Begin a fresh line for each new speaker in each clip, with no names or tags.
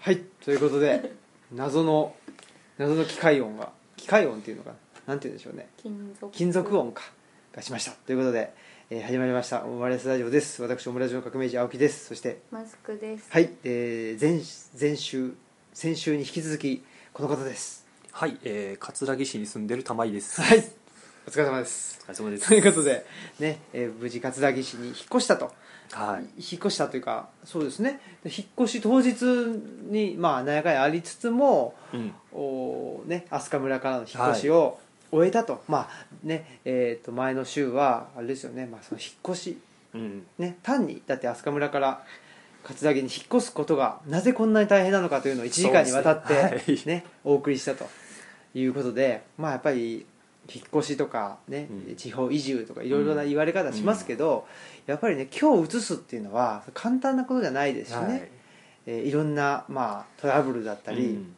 はいということ で謎の謎の機械音が機械音っていうのかななんて言うんでしょうね
金属
金属音かがしましたということで、えー始まりましたオムライスラジオです私オムラジオの革命児青木ですそして
マスクです
はい、えー前前週先週に引き続きこの方です
はい、えー、葛城市に住んでる玉井です。
はいお疲れ様です
お疲れ様で
と
す。
いうことでね、えー無事葛城市に引っ越したと
はい。
引っ越したというかそうですねで引っ越し当日にまあ何やかんやありつつも
うん。
おーね飛鳥村からの引っ越しを終えたと、まあねえー、と前の週はあれですよね、まあ、その引っ越し
うん。
ね単にだって飛鳥村から勝木に引っ越すことがなぜこんなに大変なのかというのを1時間にわたって、ね
そうです
お送りしたということでまあやっぱり引っ越しとか、ね
うん
地方移住とかいろいろな言われ方しますけど、やっぱりね今日移すっていうのは簡単なことじゃないですしね、
はい
いえーいろんな、まあ、トラブルだったり、
うん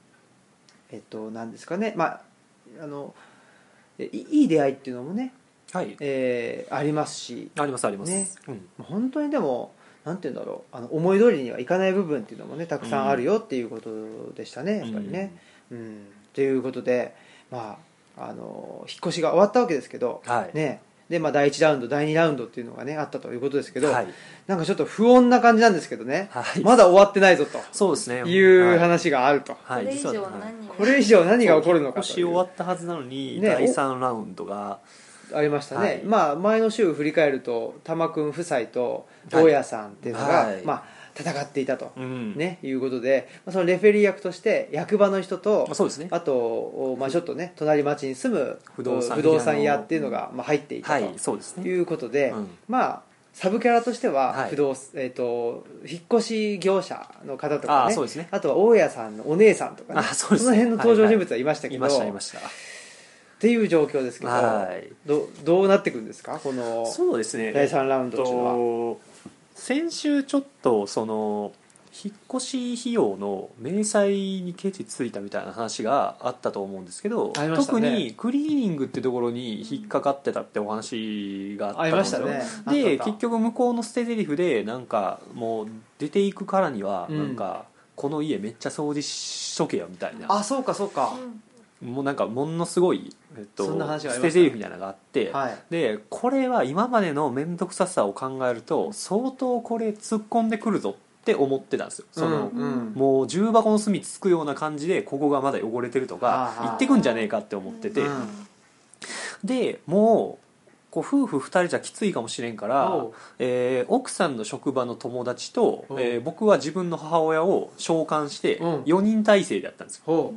えっと、なんですかね、まあ、あのえいいい出会いっていうのもね、
はい。
えーありますし
ありますあります。
ね
うん。
本当にでもなんて言うんだろうあの思い通りにはいかない部分っていうのもねたくさんあるよっていうことでしたね、やっぱりね。うんということで、まあ、あの引っ越しが終わったわけですけど、
うん。はい。
ねでまあ、第1ラウンド第2ラウンドっていうのがねあったということですけど、
はい。
なんかちょっと不穏な感じなんですけどね、
はい
まだ終わってないぞと
そうですね。
いう話があると、
は
こ
い。はい。
れ以
実
上
ははい
何が
これ以上何が起こるのか
引っ
と
越
い
し終
う
わったはずなのに、
ね
第三ラウンドが、
ありましたね、
はい
まあ前の週を振り返ると玉君夫妻と
はい
大家さんっていうのが、
はい
まあ、戦っていたと、
うん。。
ね、いうことで、まあ、そのレフェリー役として役場の人と
まあ、そうですね。
あと、おまあ、ちょっとね隣町に住む
不動産
不動産屋っていうのが、まあ、入っていた
は
と
い。そうですね。
いうことで、
うん
まあサブキャラとしては
はい
不動、えー、と引っ越し業者の方とか
あ
ね
そうですね
あとは大家さんのお姉さんとか、ね、
あそうです
の
ね
辺の登場人物はいましたけ
い
ど、
ました、いまし
っていう状況ですけ
た。
ど、
はい。
どどうなってくるんですかこの
そうですね。
第3ラウンドっていうのは、
と先週ちょっとその引っ越し費用の明細にケチついたみたいな話があったと思うんですけど、
ありました
特
ね
にクリーニングってところに引っかかってたってお話があった
あり
と思
ま
うんで
し
す
た
よ
ね
で
あったあった
結局向こうの捨て台詞でなんかもう出ていくからには
うん
なんか、この家めっちゃ掃除しとけよみたいな
あそうかそうか、
もうなんかものすごい、えっと、
そんな話があり
捨
ましたね
て台詞みたいなのがあって、
はい
でこれは今までの面倒くささを考えると相当これ突っ込んでくるぞって思ってたんですよその、
うんうん
もう重箱の隅つくような感じでここがまだ汚れてると
あ
か
ー
言ってくんじゃねえかって思ってて、
うん
でもうこう夫婦2人じゃきついかもしれんから
おう、
えー奥さんの職場の友達と、
うん
えー僕は自分の母親を召喚して
うん
4人体制だったんですよ
ほ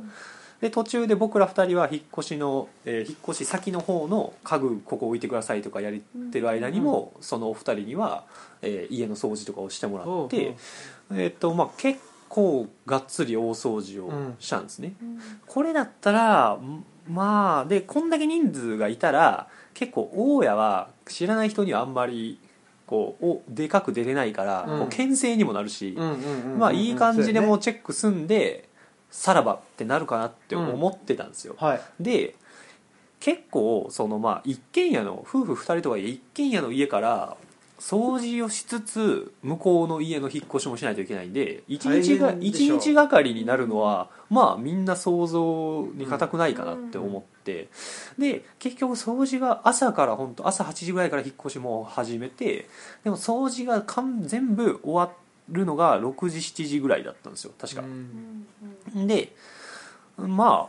で途中で僕ら2人は引っ越しの、えー引っ越し先の方の家具ここ置いてくださいとかやりってる間にも、そのお二人には、えー家の掃除とかをしても
う
ら
ほう
って、えーっとまあ、結構がっつり大掃除をしたんですね、これだったらんまあでこんだけ人数がいたら結構大家は知らない人にはあんまりこうおでかく出れないから、
うん
こう牽制にもなるし、
うんうんうんうん
まあいい感じでもう
そ
チェック済んで、さらばってなるかなって思ってたんですよ、
うやね
で結構そのまあ一軒家の夫婦2人とはいえ一軒家の家から掃除をしつつ向こうの家の引っ越しもしないといけないんで一
大
日が
変でし
一
ょう
日がかりになるのはまあみんな想像に難くないかなって思って、で結局掃除が朝から本当朝8時ぐらいから引っ越しも始めてでも掃除が完全部終わるのが6時7時ぐらいだったんですよ確か
はい、う。ん
でまあ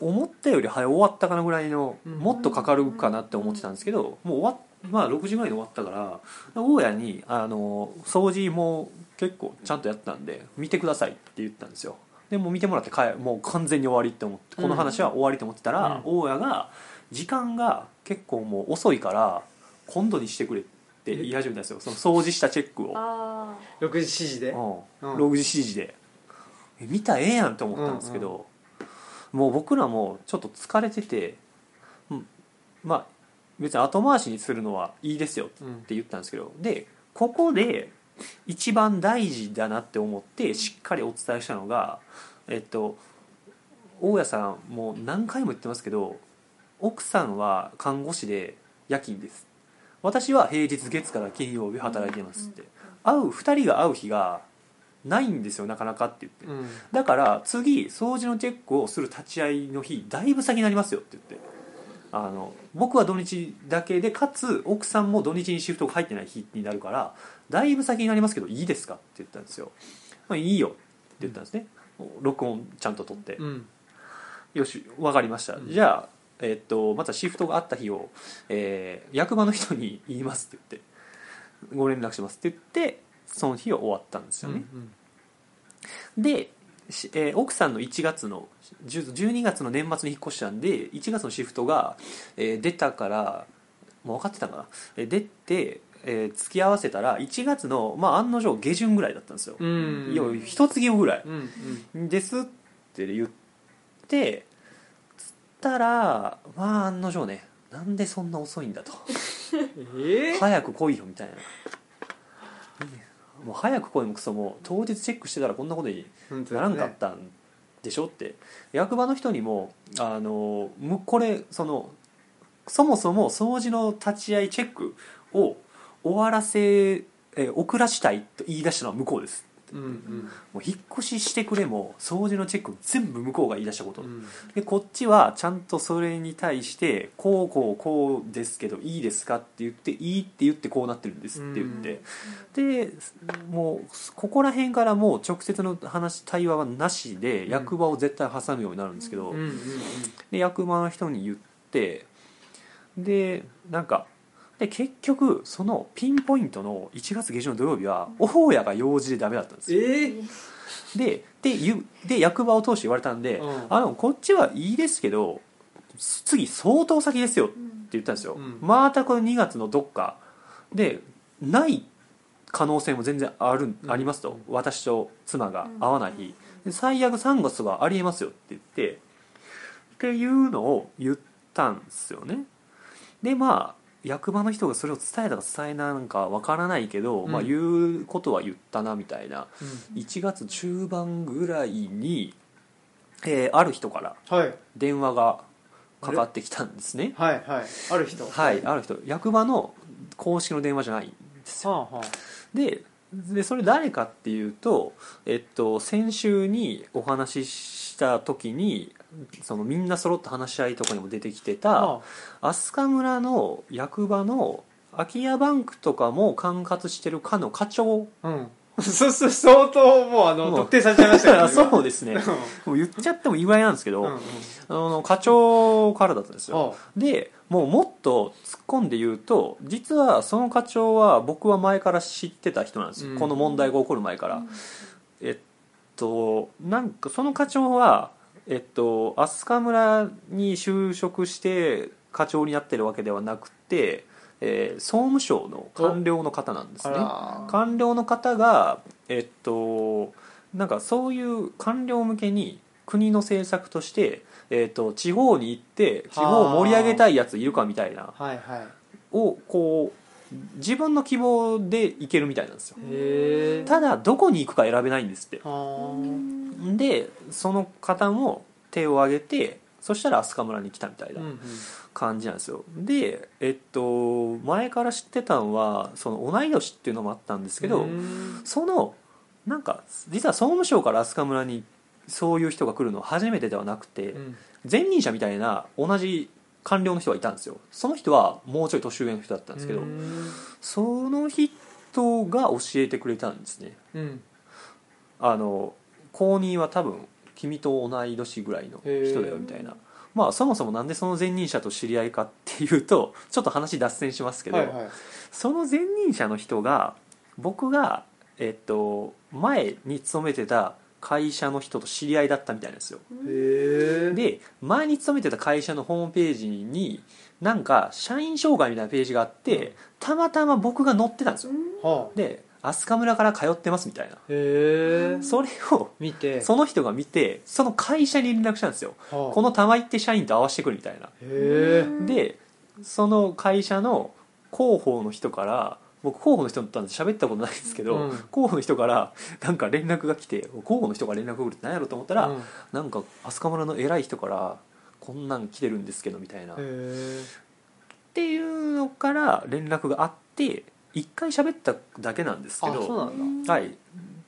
思ったより早終わったかなぐらいの
うん
もっとかかるかなって思ってたんですけどもう終わっまあ6時ぐらいに終わったから大家にあの掃除も結構ちゃんとやったんで見てくださいって言ったんですよでもう見てもらって帰もう完全に終わりって思ってこの話は終わりと思ってたら、大家が時間が結構もう遅いから今度にしてくれって言い始めたんですよその掃除したチェックを
あ
6時7時で
う
うん
ん、6時7時でえ見たらええやんと思ったんですけど、もう僕らもちょっと疲れてて、うんまあ別に後回しにするのはいいですよって
うん
言ったんですけどでここで一番大事だなって思ってしっかりお伝えしたのがえっと大家さんもう何回も言ってますけど奥さんは看護師で夜勤です私は平日月から金曜日働いてますって会う2人が会う日がないんですよなかなかって言って、
うん
だから次掃除のチェックをする立ち会いの日だいぶ先になりますよって言ってあの僕は土日だけでかつ奥さんも土日にシフトが入ってない日になるからだいぶ先になりますけどいいですかって言ったんですよ、まあ、いいよって言ったんですね、録音ちゃんと取って、
うん
よしわかりました、
うん
じゃあ、えっとまたシフトがあった日を、えー役場の人に言いますって言ってご連絡しますって言ってその日は終わったんですよね、
うん
で、しえー奥さんの1月の10 12月の年末に引っ越したんで1月のシフトが、えー出たからもう分かってたかな、えー出て、えー付き合わせたら1月の、まあ、案の定下旬ぐらいだったんですよ、
うん
要は一月後ぐらい
うんうん
ですって言ってつったらまあ案の定ねなんでそんな遅いんだと
えー
早く来いよみたいなもう早く来いもクソも当日チェックしてたらこんなことに
本当
な
だ
ら
ね
んかったんでしょって役場の人にもあのむこれそのそもそも掃除の立ち会いチェックを終わらせえ遅らしたいと言い出したのは向こうです
うんうん
もう引っ越ししてくれも掃除のチェック全部向こうが言い出したこと、
うん
でこっちはちゃんとそれに対してこうこうこうですけどいいですかって言っていいって言ってこうなってるんですって言って、でもうここら辺からもう直接の話対話はなしで
うん
役場を絶対挟むようになるんですけど、
うんうん
で役場の人に言ってでなんかで結局そのピンポイントの1月下旬の土曜日は大家が用事でダメだったんです
え
よ
ー
ででゆで役場を通して言われたんで、
うん
あのこっちはいいですけど次相当先ですよって言ったんですよ、
うん
またこの2月のどっかでない可能性も全然ある、
うん
ありますと私と妻が会わない日、で最悪3月はありえますよって言ってっていうのを言ったんですよねでまあ役場の人がそれを伝えたか伝えなんかわからないけど、まあ
うん
言うことは言ったなみたいな
うん
1月中盤ぐらいに、えーある人から
はい
電話がかかってきたんですね
はいはいある人
はいある人役場の公式の電話じゃないんです
は
よ
あはあ
ででそれ誰かっていうと、えっと、先週にお話しした時にそのみんな揃った話し合いとかにも出てきてた
あ
飛鳥村の役場の空き家バンクとかも管轄してる課の課 長
あうんそそ相当もうあの
もう
特定されちゃいました けど
そうですねもう言っちゃっても意外なんですけど、
うんうん
あの課長からだったんですよ
あ
でもうもっと突っ込んで言うと実はその課長は僕は前から知ってた人なんですよ、
うん
この問題が起こる前から、えっとなんかその課長はえっと飛鳥村に就職して課長になってるわけではなくて、えー総務省の官僚の方なんです
あ
ね
ら
官僚の方がえっとなんかそういう官僚向けに国の政策として、えっと地方に行って地方を盛り上げたいやついるかみたいな
はいはい
をこう自分の希望で行けるみたいなんですよ
へえ
ただどこに行くか選べないんですって
はー
でその方も手を挙げてそしたら飛鳥村に来たみたいな
うんうん
感じなんですよでえっと前から知ってたのはその同い年っていうのもあったんですけど、
うん
そのなんか実は総務省から飛鳥村にそういう人が来るのは初めてではなくて、
うん
前任者みたいな同じ官僚の人がいたんですよその人はもうちょい年上の人だったんですけど、
うん
その人が教えてくれたんですね
うん
あの後任は多分君と同い年ぐらいの人だよみたいなまあそもそもなんでその前任者と知り合いかっていうとちょっと話脱線しますけど、
はいはい
その前任者の人が僕が、えっと、前に勤めてた会社の人と知り合いだったみたいなんですよ
へえ
で前に勤めてた会社のホームページになんか社員紹介みたいなページがあってたまたま僕が載ってたんですよ
はあ
で飛鳥村から通ってますみたいな
へえ
それを
見て
その人が見てその会社に連絡したんですよこ
こ
の玉井って社員と合わせてくるみたいな
へえ
でその会社の広報の人から僕広報の人と喋ったことないですけど、
うん
広報の人からなんか連絡が来て広報の人が連絡が来るって何やろうと思ったら、なんか飛鳥村の偉い人からこんなん来てるんですけどみたいな、
へえ
っていうのから連絡があって一回喋っただけなんですけ
あそう
ど
なんだ
はい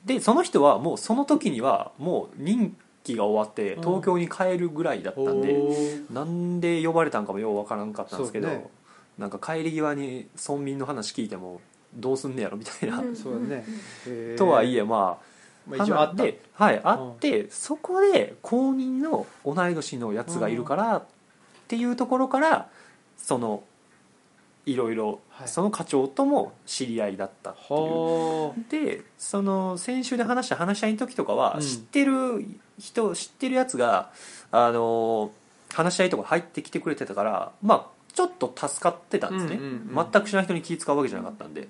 でその人はもうその時にはもう任期が終わって東京に帰るぐらいだったんで、
おー
なんで呼ばれたんかもようわからんかったんですけど、
そうね
なんか帰り際に村民の話聞いてもどうすんねやろみたいな、
そうだね、へー
とはいえまあ
まあ、一応あった
で、はい、あって、そこで公認の同い年のやつがいるからっていうところからそのいろいろ
はい
その課長とも知り合いだったっていう
は
でその先週で話した話し合いの時とかは、
うん
知ってる人知ってるやつがあの話し合いとか入ってきてくれてたからまあちょっと助かってたんですね、
うんうんうん
全く知らない人に気使うわけじゃなかったんで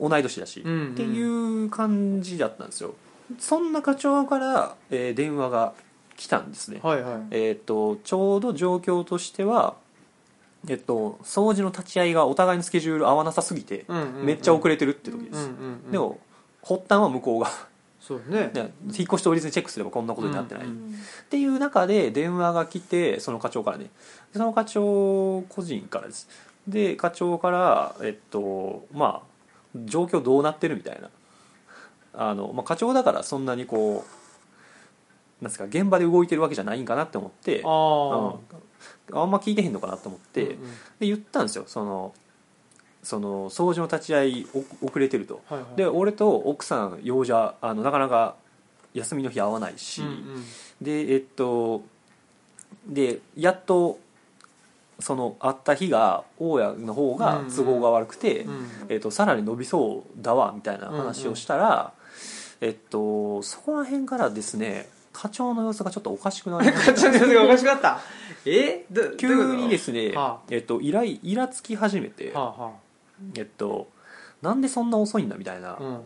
同い年だし、
うんうん
っていう感じだったんですよそんな課長から、えー電話が来たんですね
あはいはい
えー、とちょうど状況としては、えっと、掃除の立ち会いがお互いのスケジュール合わなさすぎて、
うんうんうん
めっちゃ遅れてるって時です、
うんうんうん
でも発端は向こう が
そうね
ね引っ越しと同日にチェックすればこんなことになってない、
うんう
っ
ん
ていう中で電話が来てその課長からねでその課長個人からですで課長からえっとまあ状況どうなってるみたいなあの、まあ、課長だからそんなにこうなんですか現場で動いてるわけじゃないんかなって思って
あ
うんあんま聞いてへんのかなと思っ
あ
て、で言ったんですよそのその掃除の立ち会いお遅れてると
はいはい
で俺と奥さん用事はあのなかなか休みの日合わないし、
うんうん
でえっとでやっとその会った日が大家の方が都合が悪くて、
うん
えっと、さらに伸びそうだわみたいな話をしたら、えっとそこら辺からですね課長の様子がちょっとおかしくなりました
課長の様子がおかしかったえ ど
急にですすね、
はあ
えっと、イライイラつき始めて、
はあは
えっと、なんでそんな遅いんだみたいな
あ、うん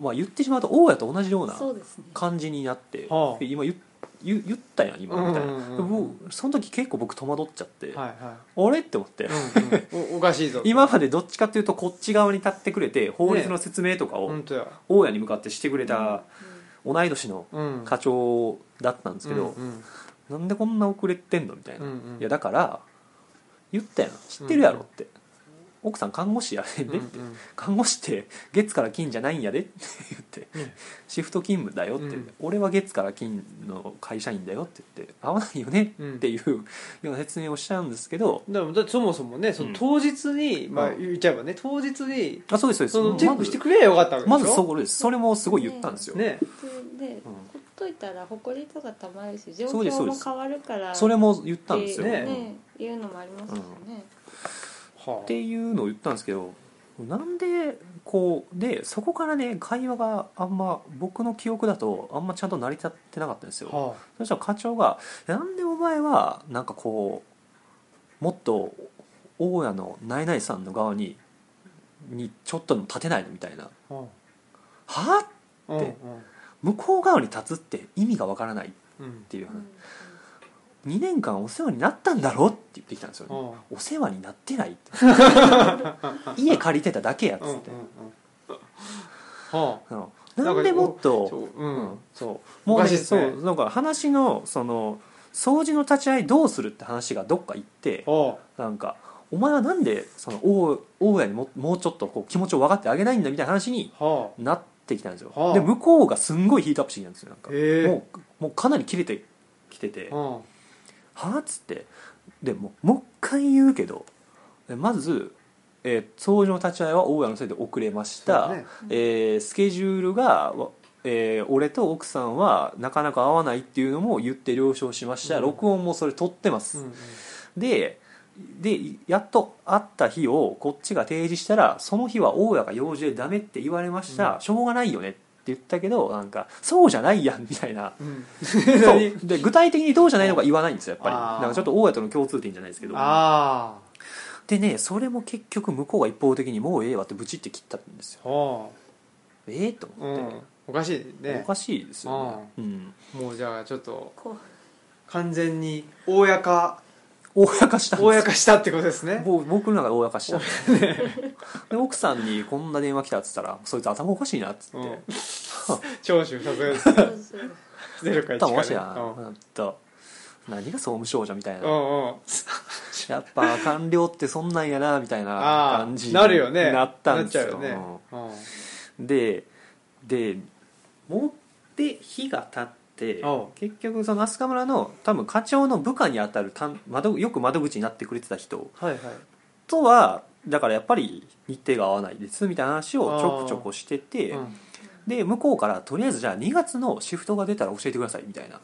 まあ、言ってしまうと大家と同じような
そうですね
感じになって、
はあ
今言言言ったやん今みたいな、
うんうんうん
で僕その時結構僕戸惑っちゃって、
はいは
あれって思って、
いうんうんおおかしいぞ
今までどっちかっていうとこっち側に立ってくれて法律の説明とかを
本当や
大家に向かってしてくれた同い年の
うん
課長だったんですけど、
うん
なんでこんな遅れてんのみたいな
うんうんうん
いやだから言ったやん知ってるやろって、奥さん看護師やねん
うんう
で、
んうん
看護師って月から金じゃないんやでって言って、
うん
シフト勤務だよって、
うん
俺は月から金の会社員だよって言って合わないよね
うん
っていうような説明をしちゃうんですけど、
でもだってそもそもねその当日にまあ言っちゃえばね当日に
あそうですそうです
そのチェックして
ま
くれりゃよかったわけでしょ
ずまずそこですそれもすごい言ったんですよ、
ね
それで
うん
ほっといたら埃とかたまるし状
そうですそ
況
うで
も
す
変わるから
それも言ったんですよ、
ね
ねいうのもありますよね
はあ
っていうのを言ったんですけどなんでこうでそこからね会話があんま僕の記憶だとあんまちゃんと成り立ってなかったんですよ、
は
そしたら課長が「なんでお前はなんかこうもっと大家のナイナイさんの側ににちょっとでも立てないの?」みたいな
あは
「はあ
あうん
で向こう側に立つって意味がわからない」っ
うん
ていう
うん
話2年間お世話になったんだろ?」って言ってきたんですよね、
は
お世話になってないって家借りてただけやっ
あう
つ
んう
っ
ん
て、
うんは
うんなんでもっ
あ
と
そうう
うんんそう
お
もう
か
ね
しいっすね
そうなんか話のその掃除の立ち会いどうするって話がどっか行って
は
なんかお前はなんでその大大家にももうちょっとこう気持ちを分かってあげないんだみたいな話に
あは
なってきたんですよ、
はあ
で向こうがすんごいヒートアップしてきたんですよなんか
あへえ
もうもうかなり切れてきてて「は
は
あ?」っつってでもうもう一回言うけどえまず、えー掃除の立ち会いは大家のせいで遅れまし
あ
た、えースケジュールが、わえー俺と奥さんはなかなか合わないっていうのも言って了承しました、
うん
録音もそれ撮ってます、
うんうん
ででやっと会った日をこっちが提示したらその日は大家が用事でダメって言われました、
うん
しょうがないよねって言ったけどなんかそうじゃないやんみた いな
うん
そう で具体的にどうじゃないのか言わないんですよやっぱり
あー
なんかちょっと大家との共通点じゃないですけど
あ
でねそれも結局向こうが一方的にもうええわってブチって切ったんですよ
あは
ええと
あう
思って
ん、おかしいね
おかしいですよね、うん、
もうじゃあちょっと
こ
完全に公化
大家化したんです
公化したってことですね
ぼ僕の中で大やかしちゃってで奥さんに「こんな電話来た」っつったら「そいつ頭おかしいな」っつって
う
「
ん
頭
長州さすがです
うそうそう
ゼロか
おかしい
1
な」
かね
うんと何が総務省じゃみたいうなん
うんうん
やっぱ官僚ってそんなんやなみたいな
ああ
感じに
なるよね
なったんですよ
なっちゃうよね
うんでで持って日が経って
おう
結局その飛鳥村の多分課長の部下にあたるたん窓よく窓口になってくれてた人
はいはい
とはだからやっぱり日程が合わないですみたいな話をちょくちょくしてて、
うん
で向こうからとりあえずじゃあ2月のシフトが出たら教えてくださいみたいな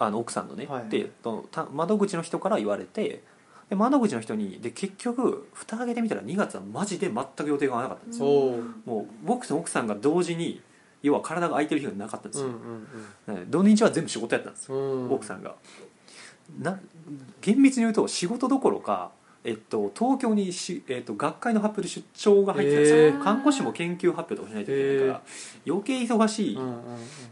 あの奥さんのね、
はい
でそのた窓口の人から言われてで窓口の人にで結局蓋開けてみたら2月はマジで全く予定が合わなかったんですよ、
そう
もう僕と奥さんが同時に要は体が空いてる日がなかったんで
う
す
ん
よ、ね土日は全部仕事やったんですよ、
うんうん
奥さんがな厳密に言うと仕事どころかえっと、東京にし、えっと、学会の発表で出張が入ってたんですよ、
へ
ー
看護師も研究発表とかしないといけないから余計忙しい
うんうんうん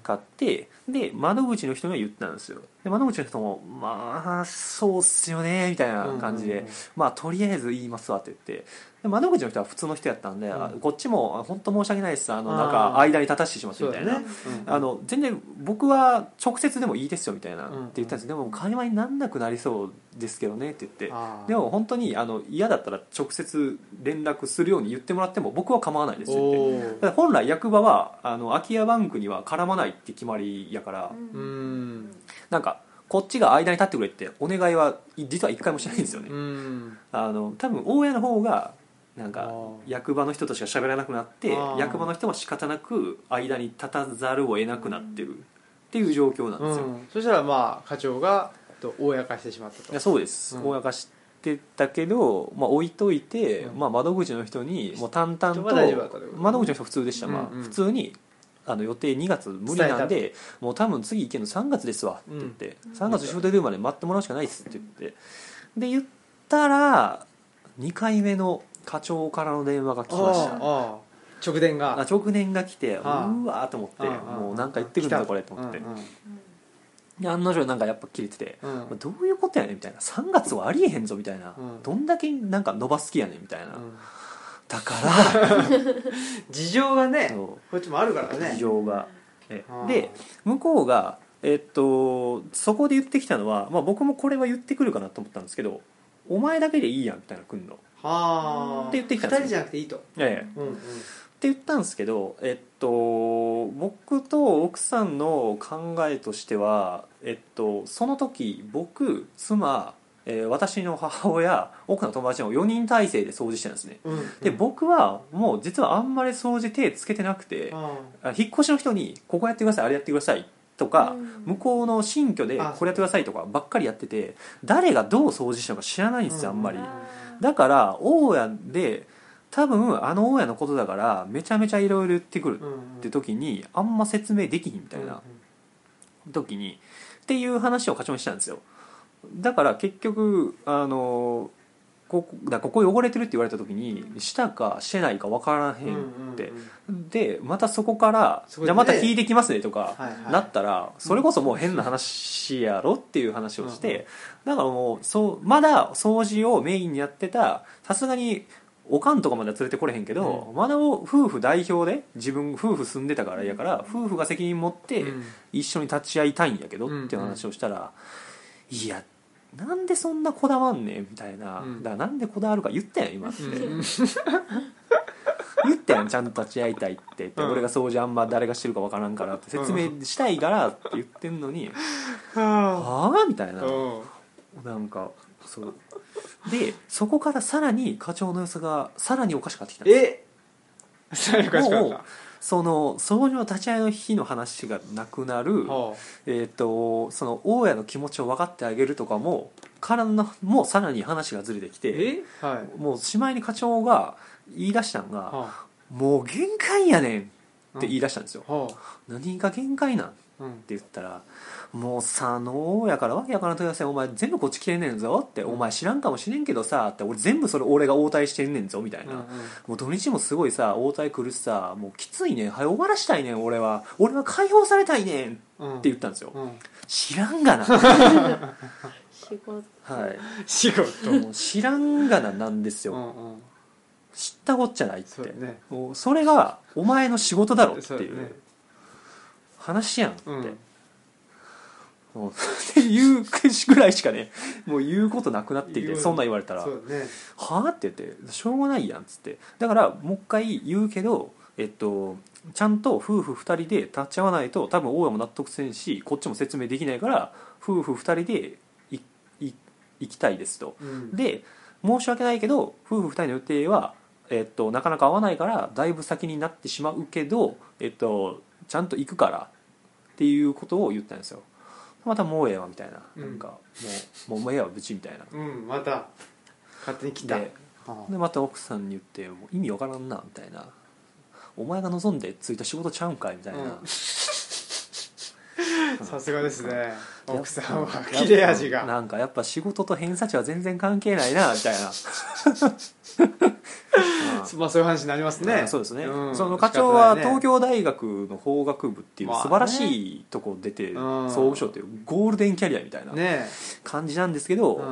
買ってで窓口の人には言ったんですよで窓口の人も「まあそうっすよね」みたいな感じで
う
「
んうんうん
まあとりあえず言いますわ」って言ってで窓口の人は普通の人やったんで、
うん
あこっちも「本当申し訳ないですあのなん
あ
か
ー
間に立たしてしまって」
そう
みた
だ
い
よ
な、
ねうん
あの全然僕は直接でもいいですよみたいなっ
うんうん
て言ったんですでも会話になんなくなりそうですけどねって言って
あー
でも本当にあの嫌だったら直接連絡するように言ってもらっても僕は構わないですって言って
お
た
ー
だ本来役場はあの空き家バンクには絡まないって決まりやから、
う
うん
ん
なんかこっちが間に立ってくれってお願いはい実は一回もしてないんですよね、
うん
あの多分大家の方がなん
あ
か
ー
役場の人としか喋らなくなって
あー
役場の人は仕方なく間に立たざるを得なくなってるっていう状況なん
う
ですよ、
んそしたらまあ課長がと大やかしてしまった
い
と
やそうです
うん
大家化してたけど、まあ、置いといて、
うん
まあ、窓口の人にもう淡々と
人は大丈夫だったってこと
窓口の人は普通でした、ま
う
あ
んうん
普通にあの予定2月無理なんでもう多分次行けるの3月ですわって言って、
うん
3月仕事出るまで待ってもらうしかないですって言ってで言ったら2回目の課長からの電話が来まし
あ
た
ーあー直伝が
あ直年が来てう
あー
わーと思って
あーあー
もうなんか言ってくるん
来
だ
た
これと思って
うんうん
で案の定なんかやっぱ切れてて
うん
まあどういうことやねんみたいな3月はありえへんぞみたいな、
うん
どんだけなんか伸ばす気やねんみたいな、
うん
だから
事情がね
そ
こっちもあるからね
事情がえ
あー
で向こうがえっとそこで言ってきたのは、まあ、僕もこれは言ってくるかなと思ったんですけど「お前だけでいいやん」みたいな来んの、
はあ
って
言ってきたん
2
ですよ
人じゃなくていいと
ええ、
うんうん
って言ったんですけどえっと僕と奥さんの考えとしてはえっとその時僕妻、えー私の母親奥の友達の4人体制で掃除してたんですね
うん
で
うん
僕はもう実はあんまり掃除手つけてなくて
あ
あ引っ越しの人にここやってくださいあれやってくださいとか
うん
向こうの新居で
あ
これやってくださいとかばっかりやってて誰がどう掃除したのか知らないんですよあ
うん
んまり
あー
だから大家で多分あの大家のことだからめちゃめちゃいろいろ言ってくる
ーうん
って時にあんま説明できひんみ
う
た
ん
い
うん
な時にっていう話を課長にしたんですよだから結局あのここだここ汚れてるって言われた時にしたかしてないか分から
うん
へん
うんうん
ってでまたそこから「
そ
じ
こでね
ゃあまた聞いてきますね」と
は
か、
いはい
なったらそれこそもう変な話やろっていう話をして、だからもうそうまだ掃除をメインにやってたさすがにおかんとかまでは連れてこれへんけど、
う
まだを夫婦代表で自分夫婦住んでたからやから夫婦が責任持って
うん
一緒に立ち会いたいんやけど
うん
っていう話をしたら「いやなんでそんなこだわんねん」みたいな、
うん
だからなんでこだわるか言ったやん今って。
うん
言ったやんちゃんと立ち会いたいって言って、
うん
俺が掃除あんま誰がしてるかわからんからって説明したいからって言ってんのに、
は
はあみたい
あ
な、 なんかそうでそこからさらに課長の様子がさらにおかしくなってきたんです
え 最後かしかった
もうその掃除の立ち会いの日の話がなくなる、
は
えー、とその大家の気持ちを分かってあげるとかもからのもうさらに話がずれてき
あ
て
えはい
もうしまいに課長が言い出したんが、
は
もう限界やねんって言い出したんですよ、
あは
何が限界なんって
あうん
言ったら「もうさ能やからわけやから問い合わせお前全部こっち来てんねんぞ」って「
うん
お前知らんかもしれんけどさ」って「俺全部それ俺が応対してんねんぞ」みたいな、
うんうん
もう土日もすごいさ応対来るしさもうきついねん早終わらしたいねん俺は俺は解放されたいねん」って
うん
言ったんですよ、
うん
知らんがなは
仕事
い
仕事
もう知らんがななんです
う
よ、
んうん
知ったこっちゃないっ
そう
て
だね
もうそれがお前の仕事だろって
そう
い
だね
う話やんって、
うん
もう っていうぐらいしかねもう言うことなくなってき
言う
て
よ
そんなん言われたら「
そうだね
はあ?」って言って「しょうがないやん」っつってだからもう一回言うけどえっとちゃんと夫婦2人で立ち会わないと多分大家も納得せんしこっちも説明できないから夫婦2人でいい行きたいですと
うん
で申し訳ないけど夫婦2人の予定は、えっと、なかなか合わないからだいぶ先になってしまうけど、えっと、ちゃんと行くからっていうことを言ったんですよまたもうええわみたいな、
うん
なんかもうもうええわぶちみたいな
うんまた勝手に来た
で
はあ
でまた奥さんに言ってもう意味わからんなみたいなお前が望んでついた仕事ちゃうんかいみたいな、
うん
うん
さすがですね
やっぱ
奥さんは切れ味が
なんかやっぱ仕事と偏差値は全然関係ないなみたいなうん
まあそういう話になります ね
あそうですね、
うん
その課長
仕方
は
ない
東
ね
京大学の法学部っていう
まあね
素晴らしいとこ出て、
うん
総務省っていうゴールデンキャリアみたいな
ねえ
感じなんですけど、
うん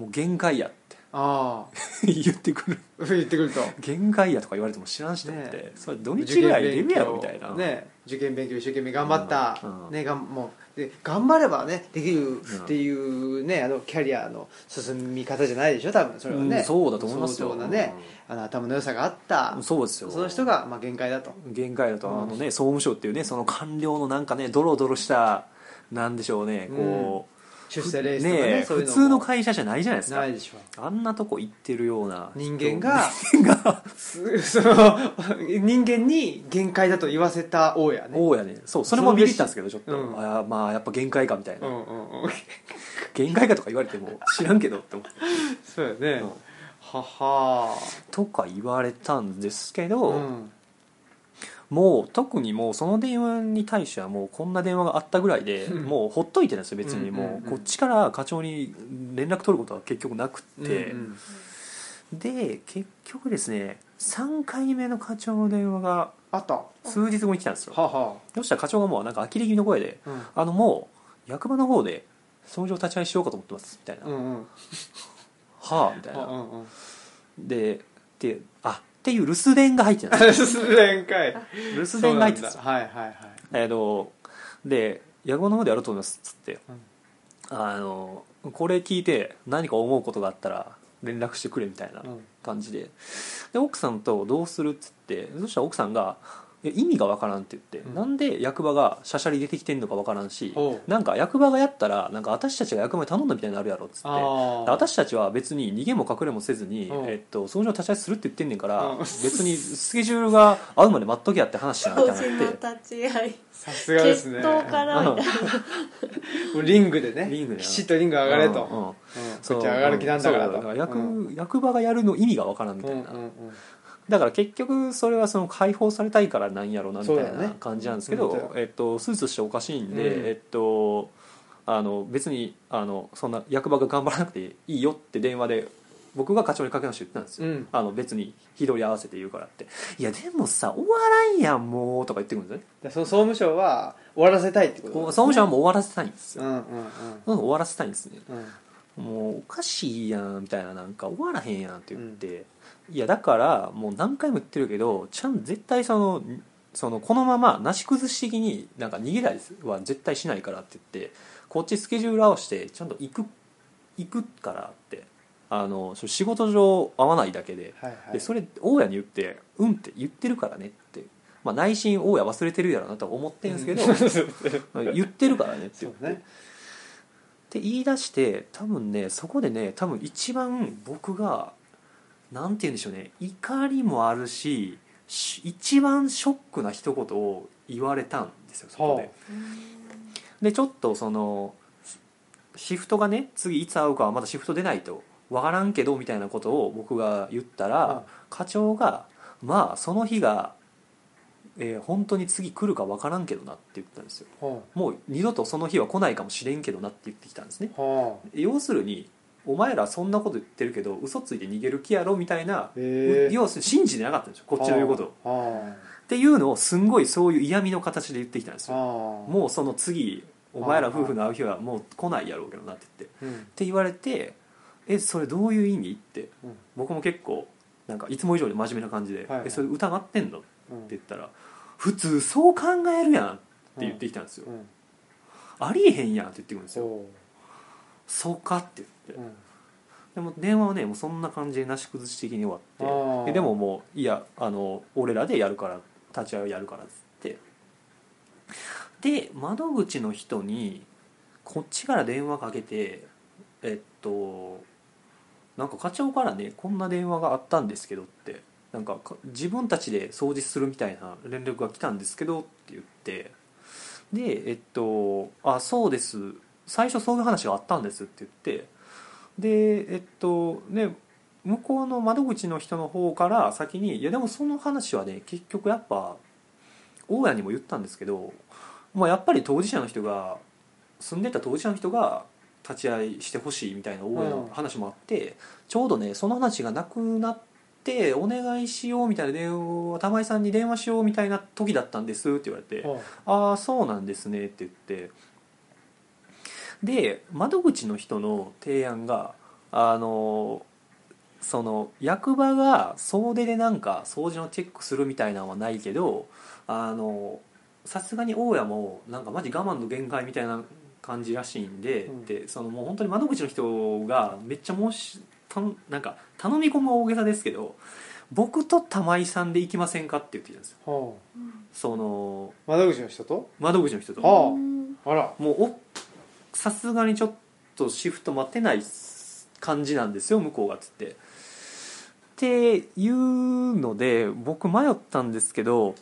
もう限界やって
ああ
言ってくる
言ってくると
限界やとか言われても知らんしと思って、
ね
それ土日ぐらい出るやろみたいな、
ね受験勉強一生懸命頑張った、
うんうん
ねがんもうで頑張ればねできる
ん
っていうねあのキャリアの進み方じゃないでしょ多分それはね、
うんそうだと思いますよ
相当なね、あの頭の良さがあった
うんそうですよ
その人が、まあ、限界だと
限界だとあのね総務省っていうねその官僚のなんかねドロドロしたなんでしょうねこ
出
う、
世レースとかね
ね
そうい
普
うのも
通の会社じゃないじゃないですか
ないでしょ
あんなとこ行ってるような
人間が
人が
すその人間に限界だと言わせた王やね
王やねそうそれもビビったんですけどちょっと、
うん
あーまあやっぱ限界かみたいうな、
んうんうん
限界かとか言われても知らんけどって思って、
そうやね、
うん
はは
とか言われたんですけど、
うん
もう特にもうその電話に対してはもうこんな電話があったぐらいで、
うん
もうほっといてるんですよ別に
うんうんうん
もうこっちから課長に連絡取ることは結局なくって、
うんうん
で結局ですね3回目の課長の電話が
あったは
数日後に来たんですよ
は
そしたら課長がもうなんか呆れ気味の声で
うん
「あのもう役場の方で総上立ち会いしようかと思ってます」みたいな「
うんうん
はあ」みたい
あう
な、
ん うん
でであっていう留守電が入ってたんですよ
失恋かい
留守電が入ってたんですよ
はいはいはい
えっとで「野望の方でやろうと思います」っつって、
うん
あのこれ聞いて何か思うことがあったら連絡してくれみたいな
うん
感じでで奥さんと「どうする?」っつってそしたら奥さんが「いや意味がわからん」って言って、
うん
なんで役場がしゃしゃり出てきてんのかわからんし
ほう
なんか役場がやったらなんか私たちが役場に頼んだみたいになるやろっつって
あー
私たちは別に逃げも隠れもせずに、
うん
えっと、その上立ち会いするって言ってんねんから、
うん
別にスケジュールが合うまで待っときやって話しなみた
当
いなっ
時
て
の立ち会い
さすがです
決
ね
闘からみたいな
もうリングでね
リングで
きちっとリング上がれと、
うんうん
うんこっち上がる気なんだからと
そう役
うん
役場がやるの意味がわからんみたいな、
うんうん
だから結局それはその解放されたいからなんやろなみたい
そうだ
な
ね
感じなんですけど、
うん本当
えっと、スーツとしておかしいんで、
うん
えっと、あの別にあのそんな役場が頑張らなくていいよって電話で僕が課長にかけまして言ったんですよ、
うん
あの別に日取り合わせて言うからって「いやでもさ終わらんやんもう」とか言ってくるんですよね
でその総務省は終わらせたいってこと
こう総務省はもう終わらせたいんですよ、
うんうん
うん、終わらせたいんですね
うんうん
もうおかしいやんみたいななんか終わらへんやんって言って、いやだからもう何回も言ってるけどちゃん絶対そのそのこのままなし崩し的になんか逃げたりは絶対しないからって言ってこっちスケジュール合わせてちゃんと行く行くからってあのそれ仕事上合わないだけで,、
はいはい
でそれ大家に言って「うん」って言ってるからねって、まあ、内心大家忘れてるやろなとは思ってるんですけど、 言ってるからねっ
そ
て言っ
う
て。
ね
って言い出して多分ねそこでね多分一番僕がなんて言うんでしょうね怒りもあるしし一番ショックな一言を言われたんですよそこで
ほ。
でちょっとそのシフトがね次いつ会うかはまだシフト出ないとわからんけどみたいなことを僕が言ったら、課長が「まあその日が、えー本当に次来るかわからんけどな」って言ったんですよ。
ほ
もう二度とその日は来ないかもしれんけどなって言ってきたんですね。
うほう
要するにお前らそんなこと言ってるけど嘘ついて逃げる気やろみたいな、
ええ
要するに信じてなかったんですよこっちの言うことをっ
は
ていうのをすんごいそういう嫌味の形で言ってきたんです
あ
よ
は
もうその次お前ら夫婦の会う日はもう来ないやろうけどなって言って
あうん
って言われてえそれどういう意味って
うん
僕も結構なんかいつも以上に真面目な感じで「
はいはい
えそれ疑ってんの?」って
うん
言ったら「普通そう考えるやん」って言ってきたんですよ
うん
「ありえへんやん」って言ってくるんですよ
そ
「そうか」って言
う
って
うん
でも電話はねもうそんな感じでなし崩し的に終わって
あー
えでももういやあの俺らでやるから立ち会いをやるからっつってで窓口の人にこっちから電話かけてえっとなんか課長からねこんな電話があったんですけどってなんかか自分たちで掃除するみたいな連絡が来たんですけどって言ってでえっと「あそうです最初そういう話があったんです」って言ってでえっとね向こうの窓口の人の方から先に「いやでもその話はね結局やっぱ大家にも言ったんですけど、まあ、やっぱり当事者の人が住んでた当事者の人が立ち会いしてほしいみたいな大家の話もあって、ちょうどねその話がなくなってお願いしようみたいな電話玉井さんに電話しようみたいな時だったんですって言われて。ああそうなんですねって言ってで窓口の人の提案があのその役場が総出でなんか掃除のチェックするみたいなのはないけどあのさすがに大家もなんかマジ我慢の限界みたいな感じらしいんで,、
うん
でそのもう本当に窓口の人がめっちゃ申したんなんか頼み込むは大げさですけど僕と玉井さんで行きませんかって言ってきたんですよ
はあ
その
窓口の人と
窓口の人と。
ああ
うん
あら
もうおさすがにちょっとシフト待てない感じなんですよ向こうがっつって。っていうので僕迷ったんですけど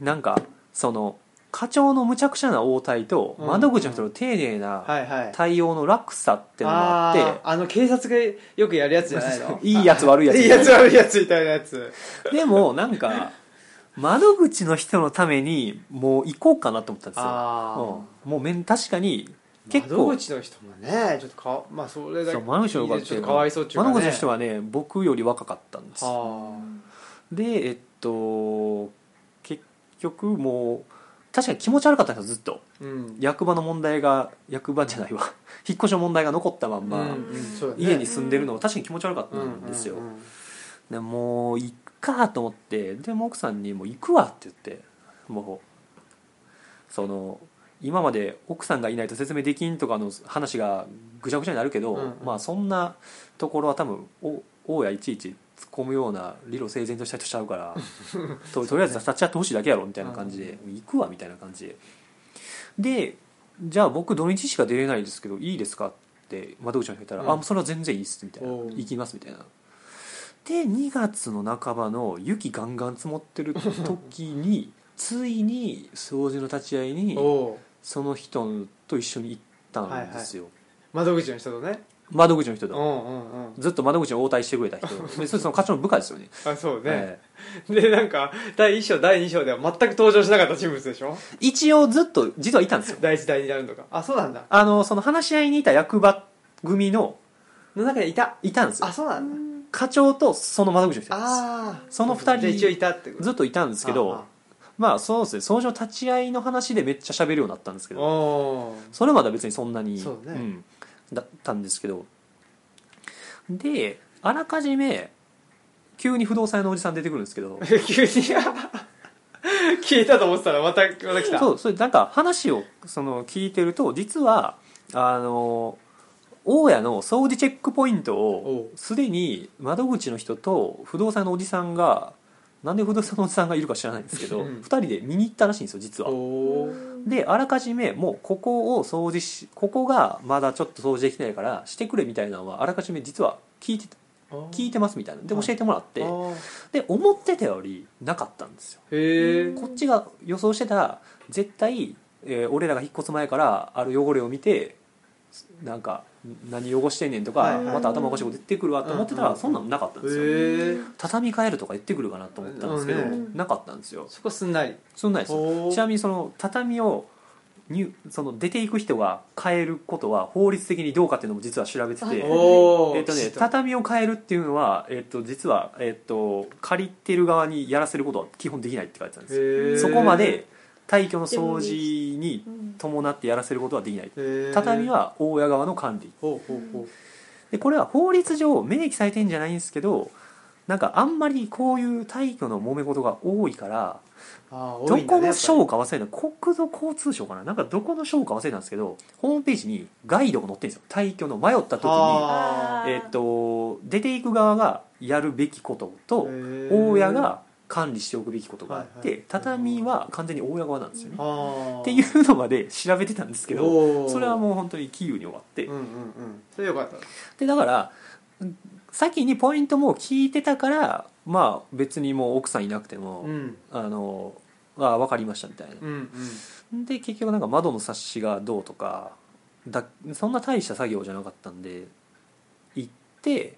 なんかその課長の無茶苦茶な応対と
うん
窓口の人の丁寧な
はいはい
対応の落差っていうのがあって、
あーあの警察がよくやるやつじゃないの
いいやつ悪いやつ
いいやつ悪いやつみたいなやつ
でもなんか窓口の人のためにもう行こうかなと思ったんですよ、
あ
うん、もうめん確かに
あ
結構
窓口の人もねちょっとかまあそれだ
そ
け
う窓口の人が
ちょっとかわいそうっちゅうか、ね、
窓口の人はね僕より若かったんです
は
でえっと結局もう確かに気持ち悪かったんですよずっと
あうん
役場の問題が役場じゃないわ 引っ越しの問題が残ったまんま、
うんうんそうだね
家に住んでるのは確かに気持ち悪かったんです
う
よ、
んうんうん
でもういっかと思ってでもう奥さんに「もう行くわ」って言ってもうその今まで奥さんがいないと説明できんとかの話がぐちゃぐちゃになるけど、
うんうん
まあそんなところは多分お大家いちいち突っ込むような理路整然とした人しちゃうから ととりあえず立ち会ってほしいだけやろみたいな感じで、行くわみたいな感じででじゃあ僕土日しか出れないですけどいいですかって窓口の人が言ったら
う
「
ん
あもうそれは全然いいっす」みたいな
おう
「行きます」みたいなで2月の半ばの雪ガンガン積もってる時についに掃除の立ち会いに
おう
その人と一緒に行ったんですよ、
窓口の人とね
窓口の人
うん
と、
うんうん
ずっと窓口に応対してくれた人でそれその課長の部下ですよね
あそうね、
え
でなんか第1章第2章では全く登場しなかった人物でしょ
え一応ずっと実はいたんですよ
第1第2第3とかあそうなんだ
あのその話し合いにいた役場組の
の中でいた
いたんですよ
あそうなんだ
課長とその窓口の人です
ああ
その二人
で一応いたってこと
ずっといたんですけどまあそうですね掃除の立ち会いの話でめっちゃ喋るようになったんですけ
お
ど
お
それまでは別にそんなに
そうね
ん、だったんですけどであらかじめ急に不動産屋のおじさん出てくるんですけど
ー 急に消えたと思ってたらまたまた 来た
そうそれなんか話をその聞いてると実はあの大家の掃除チェックポイント
お
を
う
すでに窓口の人と不動産屋のおじさんがなんで不動産屋のおじさんがいるか知らないんですけど、
う
二
ん
2人で見に行ったらしいんですよ実は
おおー
であらかじめもうここを掃除しここがまだちょっと掃除できないからしてくれみたいなのはあらかじめ実は聞いてた聞いてますみたいなで
はい
教えてもらって
あー
で思ってたよりなかったんですよ
へえ
こっちが予想してた絶対、えー俺らが引っ越す前からある汚れを見てなんか何汚してんねんとか、
はいはい
また頭おかしいこと言ってくるわと思って
う
た
ん
ら
うん
そんなのなかったんですよ
へえ
畳み替えるとか言ってくるかなと思ったんですけど、
うん
うん
なかったんですよ
そこすんなり
そんなんですよ
おー
ちなみにその畳を入その出ていく人が変えることは法律的にどうかっていうのも実は調べてて、
あ
おお
えっとね、畳を変えるっていうのは、えっと、実は、えっと、借りてる側にやらせることは基本できないって書いてたんですよそこまで退去の掃除に
うん
伴ってやらせることはできない畳
畳
は大家側の管理
ほうほうほ
でこれは法律上明記されてんじゃないんですけどなんかあんまりこういう退去の揉め事が多いから
うあー多
ど
いん
こ
だね
の省か忘れた国土交通省かななんかどこの省か忘れたんですけどホームページにガイドが載ってるんですよ退去の迷った時に、
あ
ー
えっと出ていく側がやるべきことと
へー
大家が管理しておくべきことがあって、
はいはい
畳は完全に大家側なんですよね、
あ
っていうのまで調べてたんですけど
ど
それは
う
もう本当にキーウに終わって、
うんうんうんそれよかった
でだからうん先にポイントも聞いてたからまあ別にもう奥さんいなくても、
うん
あのあ分かりましたみたいな
うんうん
で結局なんか窓の冊子がどうとかだそんな大した作業じゃなかったんで行って、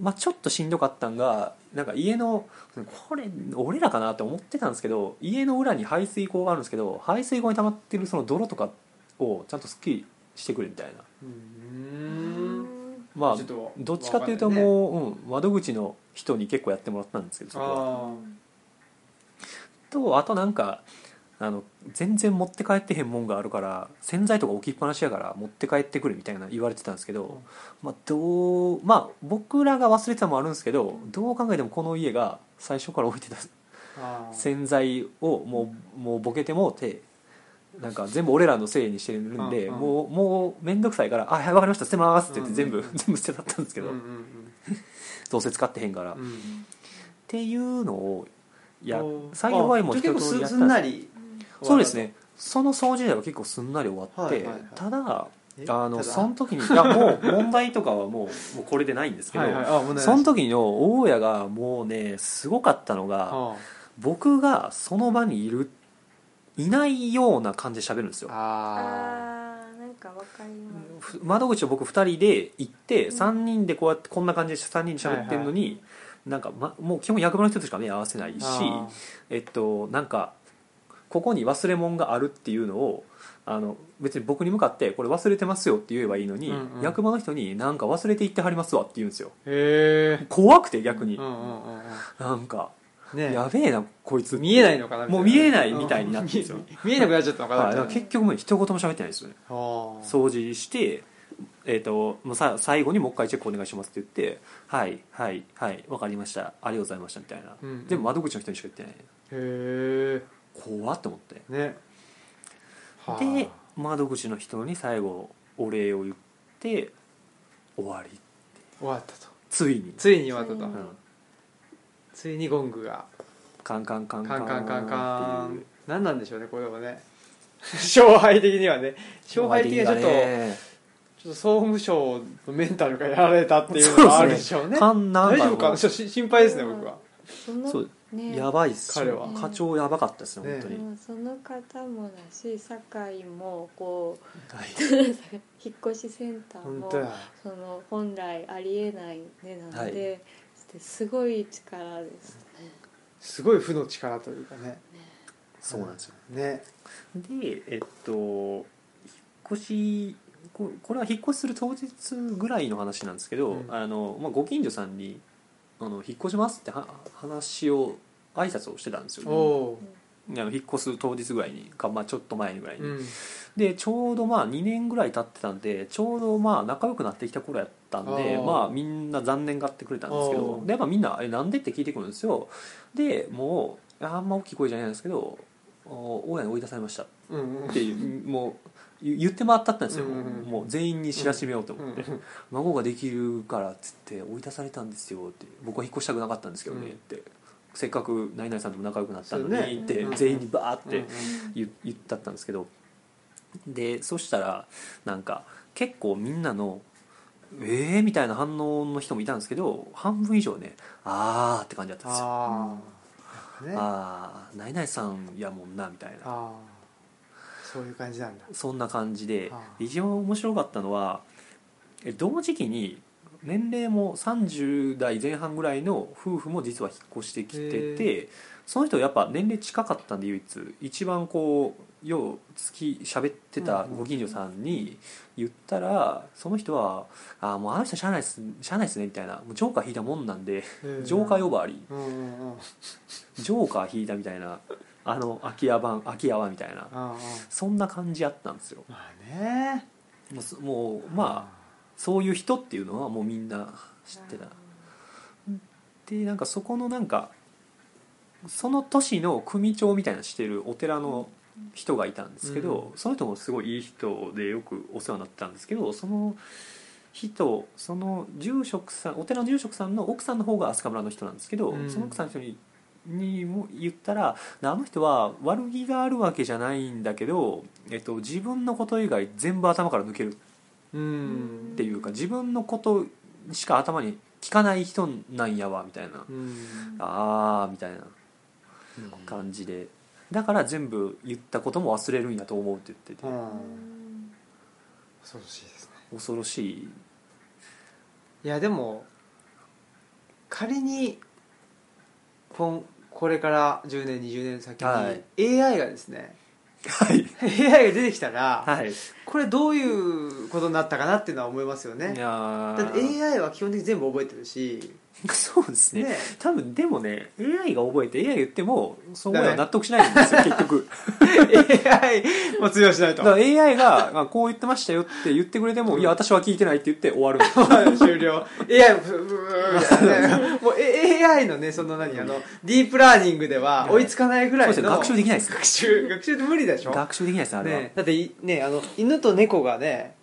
まあ、ちょっとしんどかったんがなんか家のこれ俺らかなって思ってたんですけど家の裏に排水溝があるんですけど排水溝に溜まってるその泥とかをちゃんとすっきりしてくれみたいな
う
うん
まあ
ちょと
どっちかっていうと
わ
もう、うん、窓口の人に結構やってもらったんですけどそ
かん
こ
ないねあ
はとあとなんかあの全然持って帰ってへんもんがあるから洗剤とか置きっぱなしやから持って帰ってくるみたいな言われてたんですけど、まあどうまあ僕らが忘れてたのもあるんですけどどう考えてもこの家が最初から置いてた
ーあー
洗剤をもうもうボケてもうてなんか全部俺らのせいにしてるんで、
うんうん
もうもう面倒くさいから「あはい分かりました捨てます」って言って全部、
うんうん
全部捨てたったんですけど、
うんうん
どうせ使ってへんから、
う
っ
ん
ていうのをや
うん
最後はもう
あじゃあ結
一通り
構
や
すす
ったんです
んなり
そうですねその掃除代は結構すんなり終わって、
はいはいはい
ただ
え
あの
ただ
その時にいやもう問題とかはもうもうこれでないんですけど、
はいはいあ問題ない
その時の大家がもうねすごかったのが
あ
僕がその場にいるいないような感じで喋るんですよ
あ
あーなんかわかりま
ふ窓口を僕2人で行って
うん
3人でこうやってこんな感じで3人で喋ってるのに、なんか、ま、もう基本役場の人としか目合わせないし
あ
えっとなんかここに忘れ物があるっていうのをあの別に僕に向かって「これ忘れてますよ」って言えばいいのに、
うんうん
役場の人に「なんか忘れていってはりますわ」って言うんですよ
ーへえ
怖くて逆に、
うんうんうんうん
なんか、
ね
やべえなこいつ
見えない
の
のかな
もう見えないみたいになってるんです
う
よ
ん見えなくなっちゃったのかなみ
は
た
い、
いな
だから結局もう一言も喋ってないですよね
あー
掃除して、えー、ともうさ最後にもう一回チェックお願いしますって言って「はいはいはいわかりましたありがとうございました」みたいな、
うんうん
でも窓口の人にしか言ってない
へ
怖っと思って
えねはあ
で窓口の人に最後お礼を言って終わり
終わったと
ついに、
ついに終わったと、
う
うんん、
ついにゴングが
カンカンカン
カ
カン
ンカンカンカ
ってい
ン
う
何なんでしょうねこれはね 勝敗的にはね勝敗的にはちょっと,、
ね
ちょっと総務省のメンタルがやられたっていうのがあるでしょうね
カンナン
大
バー
丈
も
夫かなちょっとし心配ですね
うん
僕は
すその
そう
ね
やばいっす
彼は
課長やばかったですね本当
う
に、
んその方もだし酒井もこう
はい
引っ越しセンター
本
も
当や
その本来ありえないねなので、すごい力ですね
すごい負の力というかね
そうなんですよ
ね
でえっと引っ越しここれは引っ越しする当日ぐらいの話なんですけど、
うん
あのまあ、ご近所さんにあの「引っ越します」っては話を挨拶をしてたんです
お
よ、
お
あの引っ越す当日ぐらいにか、まあ、ちょっと前ぐらいうに、
ん
でちょうどまあ2年ぐらい経ってたんでちょうどまあ仲良くなってきた頃やったんで
あー
まあみんな残念がってくれたんですけ
あ
ど
ー
で、まあ、みんな「えなんで?」って聞いてくるんですよでもうあんま大きい声じゃないんですけど「お大家に追い出されました」
うんうん
っていう もう言言って回ったったんですよ、
うんうんうん
もう全員に知らしめようと
う
思っ
ん
て、孫ができるからっつって追い出されたんですよって僕は引っ越したくなかったんですけどねって、せっかく何々さんとも仲良くなったの
そうね
にって、
うん
全員にバーって、
うん
言言ったったんですけどでそしたらなんか結構みんなの「えー」みたいな反応の人もいたんですけど半分以上ね「あー」って感じだったんですよ
ああ、
「
ね、あ
あー何々さんやもんな」みたいな
あそういう感じなんだ
そんな感じで
あー
一番面白かったのはえ同時期に年齢も30代前半ぐらいの夫婦も実は引っ越してきててその人やっぱ年齢近かったんで唯一一番こうよう月喋ってたご近所さんに言ったらその人は「あーもうあの人しゃあないっすしゃあないっすね」みたいな「もうジョーカー引いたもんなんでジョーカー呼ばわり
うんうんうん
ジョーカー引いた」みたいなあの空き家版空き家はみたいな
ああ
そんな感じやったんですよ。
まあね
もうそもうまあそういう人っていうのはもうみんな知ってたでなんかそこのなんかその都市の組長みたいなしてるお寺の人がいたんですけど、その人もすごいいい人でよくお世話になってたんですけどその人その住職さんお寺の住職さんの奥さんの方が飛鳥村の人なんですけど、
うん
その奥さんの人ににも言ったらであの人は悪気があるわけじゃないんだけど、えっと、自分のこと以外全部頭から抜ける
うん
っていうか自分のことしか頭に聞かない人なんやわみたいな
うん
あーみたいな感じでだから全部言ったことも忘れるんやと思うって言ってて
うん恐ろしいですね
恐ろしい
いやでも仮にこんこれから10年20年先に、
はい
AI がですね
はい、
AI が出てきたら、
はい、
これどういうことになったかなっていうのは思いますよ
い
ね
や
だって
ー
AI は基本的に全部覚えてるし
そうですね
ね
多分でもね AI が覚えて AI 言ってもそこは納得しないんで すよ結局
AI も通用しないと
だから AI がまあこう言ってましたよって言ってくれても、
うん
いや私は聞いてないって言って終わるんです
終了 AI もブーブーみたいなねもうえ AI のねその何あのディープラーニングでは追いつかないぐらい
そう
の
ですね学習できないです
学習学習って無理でしょ
学習できないですねあれは、
ね、だっていねあの犬と猫がね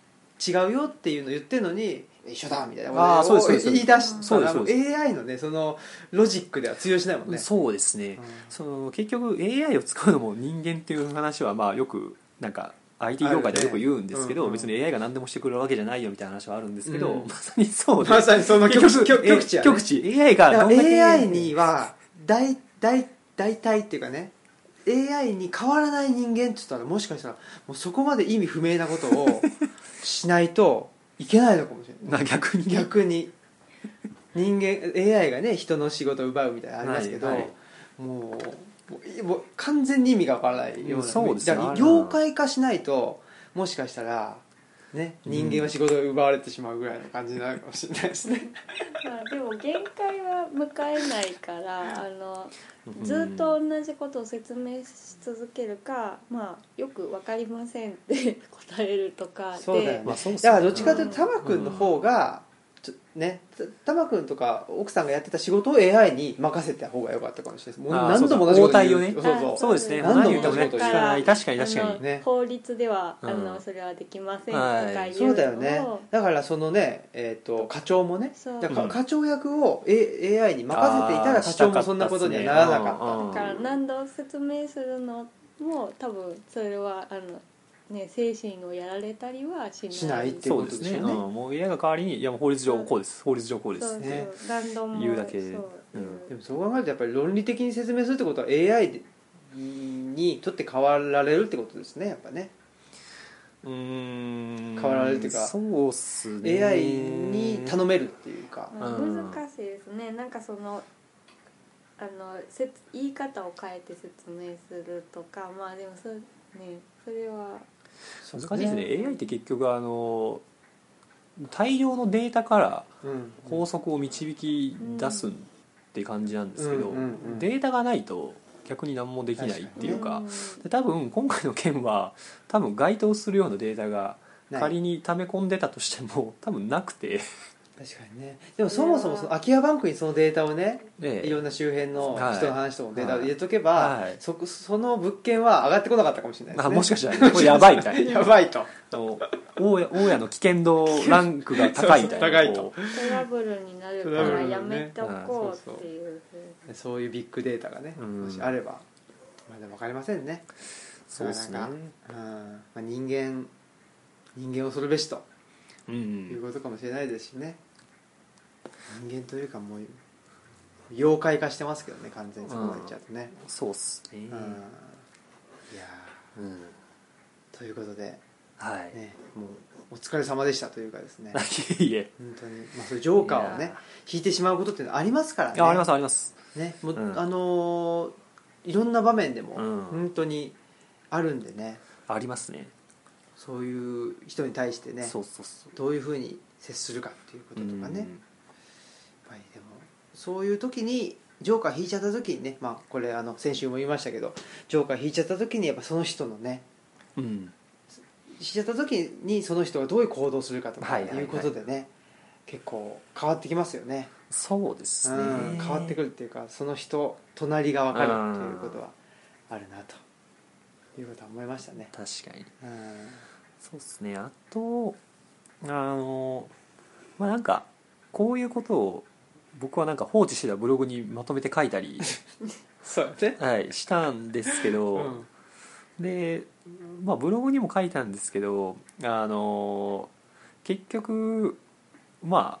違うよっていうの言ってるのに一緒だみたいな
あー
ことを
そうですそうで
言
す
い出した
そうです
ら
そ
も
う
う
で
AI のねそのロジックでは通用しないもんね
そうですね、
うん
その結局 AI を使うのも人間っていう話はまあよくなんか IT 業界ではよく言うんですけ
あるねう
ど、
んうん
別に AI が何でもしてくれるわけじゃないよみたいな話はあるんですけど、
うん
まさにそうで
ま さにその極
結局
極極地や、ね、
え極地 AI が
だ
ど
か
んだけ
ら AI には大大大体っていうかね AI に変わらない人間って言ったらもしかしたらもうそこまで意味不明なことをしないといけないのかもしれない
まあ逆に
逆に人間 AI がね人の仕事を奪うみたいなのありますけど、
はいはい
もうもうもう完全に意味がわからないような、
うんそうですね
だから
あれは
業界化しないともしかしたら、ね、人間は仕事を奪われてしまうぐらいの感じになるかもしれないですね。
まあでも限界は迎えないからあの
うん
ずっと同じことを説明し続けるか、まあよく分かりませんって 答えるとかで
そうだよね
まあそうっすね
だからどっちかというとタマ君の方が、ちょねたタマ君とか奥さんがやってた仕事を AI に任せた方が良かったかもしれないですもう
あー
何度も同じこと言う
そうそう応対をね
そう
あ
そう
そうですね
何度も
何度も同じこと聞かない確かに確かに
あの
ね
法律では、あ
うん
のそれはできませんと
はい
かいう
そ
の
うだよね
を
だからそのね、えー、と課長もね
そう
だから
うん
課長役を、A、AI に任せていたら
あー
課長もそんなことにはならなかった
うんうん
だから何度説明するのも多分それはあの、ね、精神をやられたりはしない
しないって
そうですね
ってことですよね
うん、もう AI が代わりにいやもう法律上こうです法律上こうで
そう
す
そう
ね
何度も
言うだけ
そう
うん
でもそう考えるとやっぱり論理的に説明するってことは AI でにとって変わられるってことですねやっぱね
うーん
変わられるっていうか
そうっすね
AI に頼めるっていうか
まあ
うん
難しいですねなんかそのあのせつ言い方を変えて説明するとかまあでもそうねそれは
そう
難し
ね
いですね AI って結局あの大量のデータから
うん
法則を導き出すって感じなんですけど、
うんうんうん
データがないと逆に何もできないっていうか
ん
で多分今回の件は多分該当するようなデータが
ない
仮に溜め込んでたとしても 多分なくて、
確かにねでもそもそもその空き家バンクにそのデータをね
で
いろんな周辺の人の話とかもデータを入れとけば、
はい
そこその物件は上がってこなかったかもしれないです
あ
ね
もしかしたらこれやばいみたいな
やばいと
あの大家大家の危険度ランクが高いみたいな
そうそう高いと
こう
トラブルになるか
トラブ
ら
ルにね
やめておこうっていうふうに
そういうビッグデータがね、
うん
もしあればまあでも分かりませんね、
そうですね
なかうんまあ、人間人間恐るべしと
う
いうんことかもしれないですしね、人間というかもう妖怪化してますけどね完全にそこまでいっちゃうとね、
そうっすね
うんいや
うん
ーということで、
はい、
ね、もうお疲れ様でしたというか ですね
いえいえ
本当に、まあ、そういうジョーカーを
い
ね
や
引いてしまうことっていうのはありますからね
いやありますあります
ねもう
うん
あのーいろんな場面でも
うん
本当にあるんでね、
ありますね
そういう人に対してね
そうそうそう
どういうふうに接するかっていうこととかね、やっ
うん
ぱりでもそういう時にジョーカー引いちゃった時にね、まあ、これあの先週も言いましたけどジョーカー引いちゃった時にやっぱその人のね
うん
引いちゃった時にその人がどういう行動するかとか
はい
い
はいはいう
ことでね、結構変わってきますよね、
そうですね、
うん、変わってくるっていうかその人隣が分かるっていうことはあるなということは思いましたね。
確かに
うん
そうですねあとあのまあなんかこういうことを僕はなんか放置してたブログにまとめて書いたり
そうやね
はい、したんですけ ど、
うん
で、まあ、ブログにも書いたんですけどあの結局まあ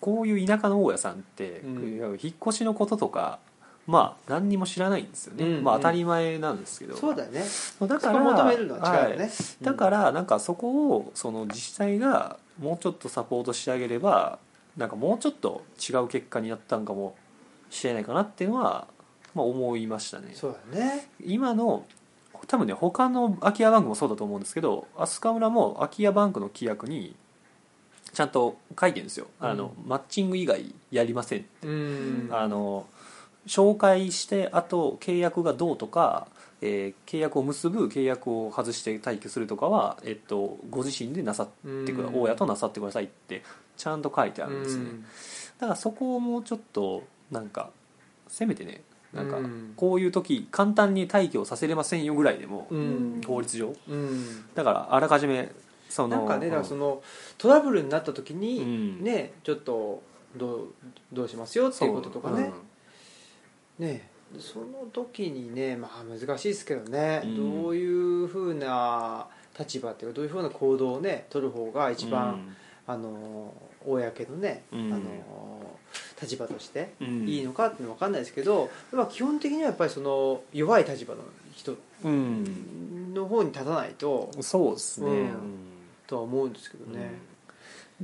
こういう田舎の大家さんって、
うん
引っ越しのこととかまあ何にも知らないんですよね、
うん
まあ、
うん
当たり前なんですけど、
そうだよね
だ
そ
か
こ
ら
求めるのは違うよ
は
ね
い、だからなんかそこをその自治体がもうちょっとサポートしてあげればなんかもうちょっと違う結果になったんかもしれないかなっていうのは、まあ、思いましたね
うんそうだね
今の多分ね他の空き家バンクもそうだと思うんですけど飛鳥村も空き家バンクの規約にちゃんと書いてるんですよ、あのマッチング以外やりません
うん
あの紹介してあと契約がどうとか、えー契約を結ぶ契約を外して退去するとかは、えっと、ご自身でなさってくだ、大家となさってくださいってちゃんと書いてあるんですね、だからそこをもうちょっとなんかせめてねなんか
うん
こういう時簡単に退去をさせれませんよぐらいでも、
うん
法律上
うん
だからあらかじめその
なんかねだからそうのトラブルになった時
う
に
ん
ねちょっとどうどうしますよっていうこととかねねその時にねまあ難しいですけどね
うん
どういうふうな立場っていうかどういうふうな行動をね取る方が一番、あの公のねあ
うん
の立場として
うんうん
いいのかっていうのは分かんないですけどまあ基本的にはやっぱりその弱い立場の人
うん
の方に立たないと
そうですね、
うん
うん
とは思うんですけどね。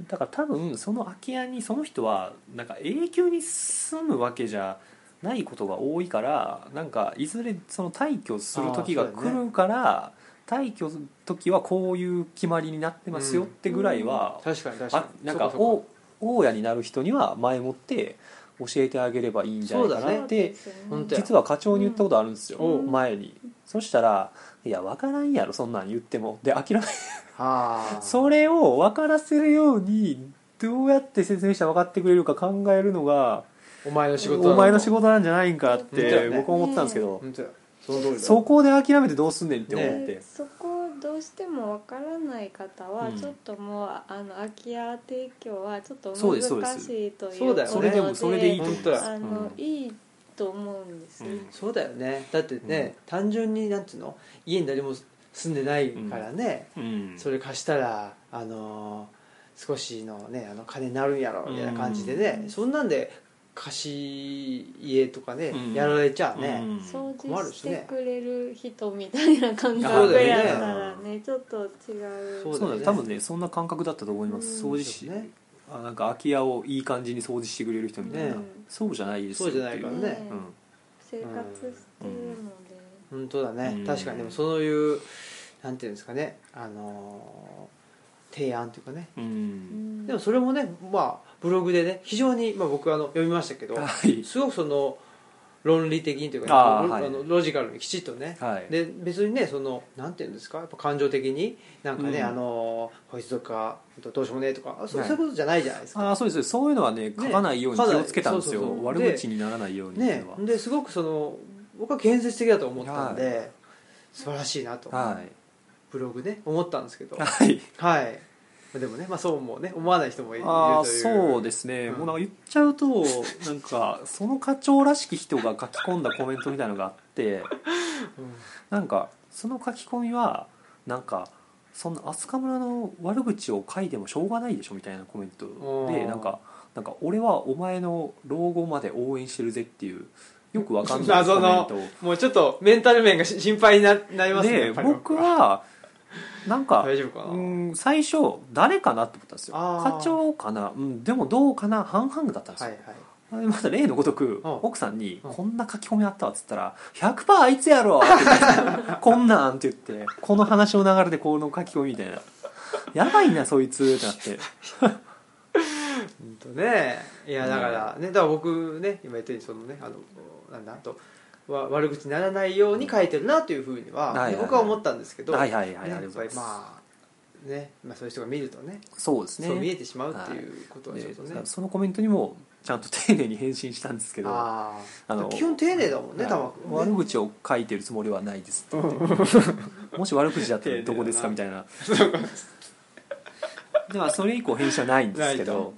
だから多分その空き家にその人はなんか永久に住むわけじゃないことが多いからなんかいずれその退去する時が
あーそうだよね
来るから、退去する時はこういう決まりになってますよってぐらいは、
確かに確
あ
かに
なんか
そうそう
お大家になる人には前もって教えてあげればいいんじゃないか
そうだ
な
ね
って、
本当や
実は課長に言ったことあるんですよ、
うん
前にそしたら「いや分からんやろそんなん言っても」で諦め
あー
それを分からせるようにどうやって説明したら分かってくれるか考えるのが
お前の仕事だ
お前の仕事なんじゃないんかっ
本当だ
て
よね
僕は思ってたんですけど、
本当やその通りだ
そこで諦めてどうすんねんって思っ
ね
て、
でそこどうしてもわからない方は
うん
ちょっともう、あの空き家提供はちょっと
そうですそうです
難しいという
そうだよね
それでもそれでいいと思います
あの、いいと思うんですよ、
うん
そうだよねだってね、単純になんつうの家に誰も住んでないからね、
うん
それ貸したらあのー少しのねあの金になるんやろみたいな感じでね、
うん
そんなんで貸し家とかね、
うん
やられちゃうね、
うん
掃
困
除
る
し
してね
くれる人みたいな感覚やったらねちょっと違う
そうだよね
そうだね多分ねそんな感覚だったと思います、
うん
そ
掃
うで
除
す
し、
よね
あなんか空き家をいい感じに掃除してくれる人みたいな、
ね
そうじゃないです
そうじゃないからね
ってううん
生活してるので、
本当だね、
うん
確かにでもそういうなんていうんですかねあのー提案というかね
う
うんん
でもそれもねまあブログでね非常に、まあ、僕あの読みましたけど
はい
すごくその論理的にというか、
あー
ロ
はい
あのロジカルにきちっとね、
はい
で別にねそのなんていうんですかやっぱ感情的になんかね、
うん
あのこいつとかどうしようもねえとかあそう,、
はい
そういうことじゃないじゃないですか。
ああそうですそういうのはね書かないように
書か
気
ない
をつけたんですよ
そうそうそう
悪口にならないようにっていう
ね
のは、
ですごくその僕は建設的だと思ったんで、素晴らしいなと、
はい
ブログね思ったんですけど、
はい
はいでもね、まあ、そうもね思わない人もいるという
ああそうですね、
うん
もうなんか言っちゃうとなんかその課長らしき人が書き込んだコメントみたいのがあってなんかその書き込みはなんかそんな飛鳥村の悪口を書いてもしょうがないでしょみたいなコメント
う
で
ん
なんかなんか俺はお前の老後まで応援してるぜっていうよくわかんないコ
謎
メ
の
ントを
もうちょっとメンタル面がし心配にななりますね
で
やっぱり
僕はなんか
大丈夫かな、
うん最初誰かなって思ったんですよ
あー
課長かな、うん、でもどうかな半々だったんです
はい
よ、
はい
また例のごとく
うん
奥さんに「
うん
こんな書き込みあったわ」っつったら「100%あいつやろ!」って言って こんなん」って言ってこの話の流れでこの書き込みみたいな「やばいなそいつ」ってなって
本当ねいやだからねだから僕ね今言ったようにそのねあのなんだあとわ悪口にならないように書いてるなというふうには、
はいはいはい
僕は思ったんですけど、
はいはいはい
ね
あ
や
りが
っ
とうござ
ぱ
い
り
ます、
まあね、まあ、そういう人が見るとね
そうですね
そう見えてしまうっていうことはちょっとね、
でそのコメントにもちゃんと丁寧に返信したんですけど
あ
あ
あ
の
基本丁寧だもんね
はい
玉君ね
悪口を書いてるつもりはないですって言 ってもし悪口だったらどこですかみ たいなではそれ以降返信はないんですけ
ないと
ど
ちょっと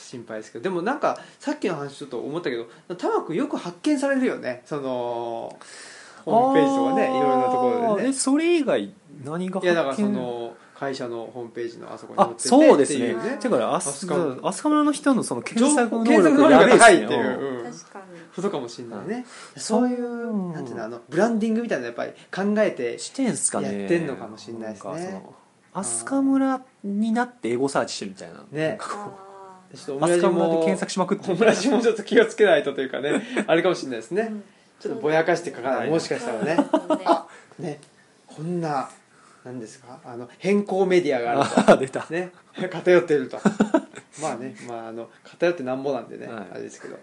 心配ですけどでもなんかさっきの話ちょっと思ったけど玉くんよく発見されるよねそのホームページとかねいろいろなところで
あーえ
ね
それ以外何が
いやだからその会社のホームページのあそこに載っ
あ
てて
そうですね
っていう
てかアス
飛鳥
アスカ村の人のその検索能
検索
力
能力が高い
や
って
べ
い
えっすね
う、うん
確かに
ことかもしれないね、
そういうう
なんていうのあのブランディングみたいなのやっぱり考えて
してんすかね
やってんのかもしんないですね
んかそのアスカ村になってエゴサーチしてるみたいな
ね
なんかこう
あ
ちょっとオムラ
アス
ジ
カ村で
も
検索しまくって
オムラジもちょっと気をつけないとというかねあれかもしれないです
ー
ね、
うん
ちょっとぼやかして書かないもしかしたらね
そうですね
あねこんな何ですかあの変更メディアがある
あー出た
とね偏っていると まあね、まあ、あの偏ってなんぼなんでね、
はい
あれですけどっ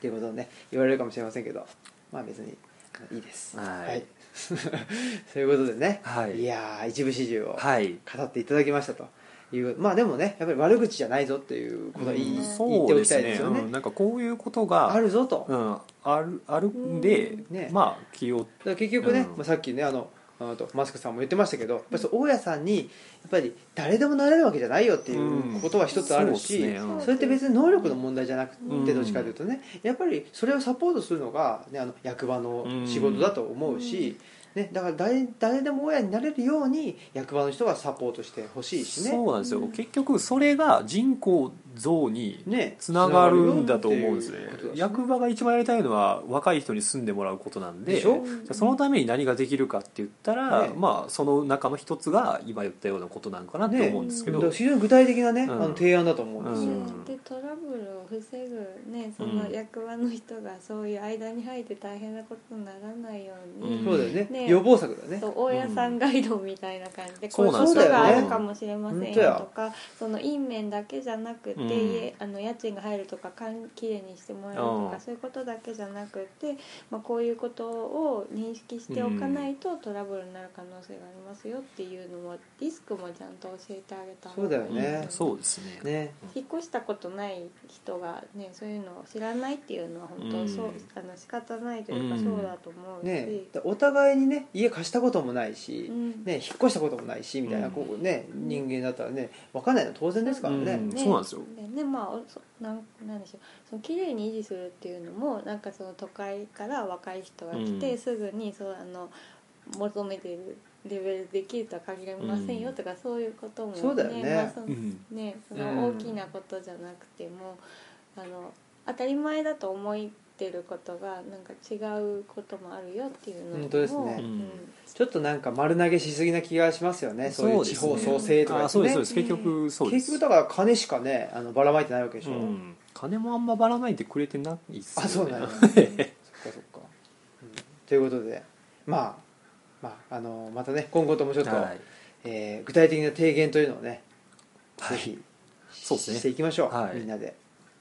ていうことをね言われるかもしれませんけどまあ別にあのいい です
はい
そういうことでね、
はい
やー一部始終を
はい
語っていただきましたというまあでもねやっぱり悪口じゃないぞっていうことを言い
うん
言っておきたいですよね
うんなんかこういうことが
あるぞと、だか
うん、あるあるんで、
ね
まあ気を
ら結局ね、
う
ま
ん
あ、さっきねあのあとマスクさんも言ってましたけどやっぱりそう大家さんにやっぱり誰でもなれるわけじゃないよっていうことは一つあるし、
そうっすねうん
それって別に能力の問題じゃなくて、
うん
どっちかというとねやっぱりそれをサポートするのが、ね、あの役場の仕事だと思うし、ね、だから誰誰でも親になれるように役場の人がサポートしてほしいしね
そうなんですよ、
うん
結局それが人口増に
ね
つながるんだと思うんですね
つながるよっていうことだし
役場が一番やりたいのは若い人に住んでもらうことなんで
でしょ
じゃあそのために何ができるかって言ったら、
ね
まあその中の一つが今言ったようなことなんかなと思うんですけど、
だから非常に具体的なね、
うん
あの提案だと思うんですよ、
うん
でトラブルを防ぐねその
うん
役場の人がそういう間に入って大変なことにならないよう
うん
に、
そうだよね
ね
予防策だよね
そう大家さんガイドみたいな感じで、
ん
こういうこ
そ
と
うなんですよ
があるかもしれません
本当や
よとかそのイン面だけじゃなくて、
うん
家あの家賃が入るとかかんきれいにしてもらえると
うん
かそういうことだけじゃなくて、まあ、こういうことを認識しておかないとトラブルになる可能性がありますよっていうのもリスクもちゃんと教えてあげた方
そ
がいい
うだよね
うんそうですね
ね
引っ越したことない人がねそういうのを知らないっていうのは本当そう、
うん
あの仕方ないというか
うん
そうだと思うし、
ねお互いにね家貸したこともないし、
うん
ね、引っ越したこともないしみたいな、
うん
こうね、人間だったらね分かんないのは当然ですからね、
うんそうなんですよ
でねまあおそなんなんでしょうその綺麗に維持するっていうのもなんかその都会から若い人が来て、
うん
すぐにそうあの求めてるレベルできるとは限りませんよとか、そういうこともね
そうだよね
まあその
うん
ね、そ
うん
の大きなことじゃなくても、あの当たり前だと思ってることがなんか違うこともあるよっていうのも
本当ですね
うん
ちょっとなんか丸投げしすぎな気がしますよねそういう地方創生とか
あそうですそう
ね
です結局そうです
結局だから金しかねあのばらまいてないわけでしょ、
うん、金もあんまばらまいてくれてないっすよね
あそうなんやそっ かそっか、うんということでまあまああのまたね今後ともちょっと、
はい
えー具体的な提言というのをね、
はい
ぜひ
そうですね
していきましょう、
はい
みんなで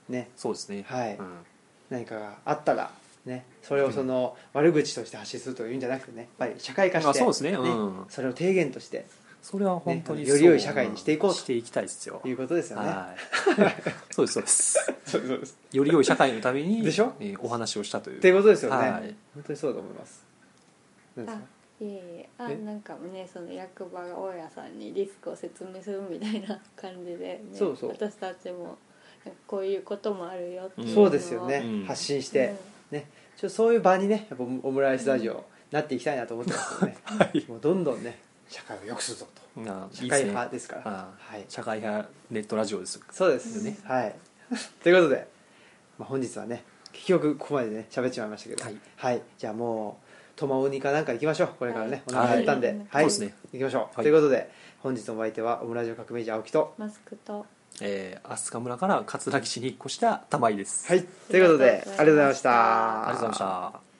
ね
そうですね
はい
うん
何かがあったらねそれをその悪口として発信するというんじゃなくてねやっぱり社会化して、
あそうですねうん
それを提言として
それは本当に、
ねより良い社会にしていこうと
していきたいですよ
ということですよね
はい そうですそうです
そうそうです
より良い社会のために
でしょ
えーお話をしたという
っていうことですよね、
はい
本当にそうだと思いますなんですか
いえいえあ
え
なんかねその役場が大家さんにリスクを説明するみたいな感じで、ね、
そうそう
私たちもなんかこういうこともあるよっていううんのを
そうですよね、
うん
発信して、ねちょっとそういう場にねやっぱオムライスラジオなっていきたいなと思ってますよね、
い
もうどんどんね社会を良くするぞと
あ
社
いいで
会
すね
派ですから
あ
はい
社会派ネットラジオです
そうですね、はい ということで、まあ、本日はね結局ここまでね喋っちまいましたけど
はい、
じゃあもうトマオニかなんか行きましょうこれからね、
はい
お腹減ったんで、は
はいい
そうですね
行きましょう、
はい
ということで本日のお相手はオムラジオ革命児青木と
マスクと
えー、飛鳥村から葛城市に引っ越した玉井です、
はいということでありがとうございました
ありがとうございました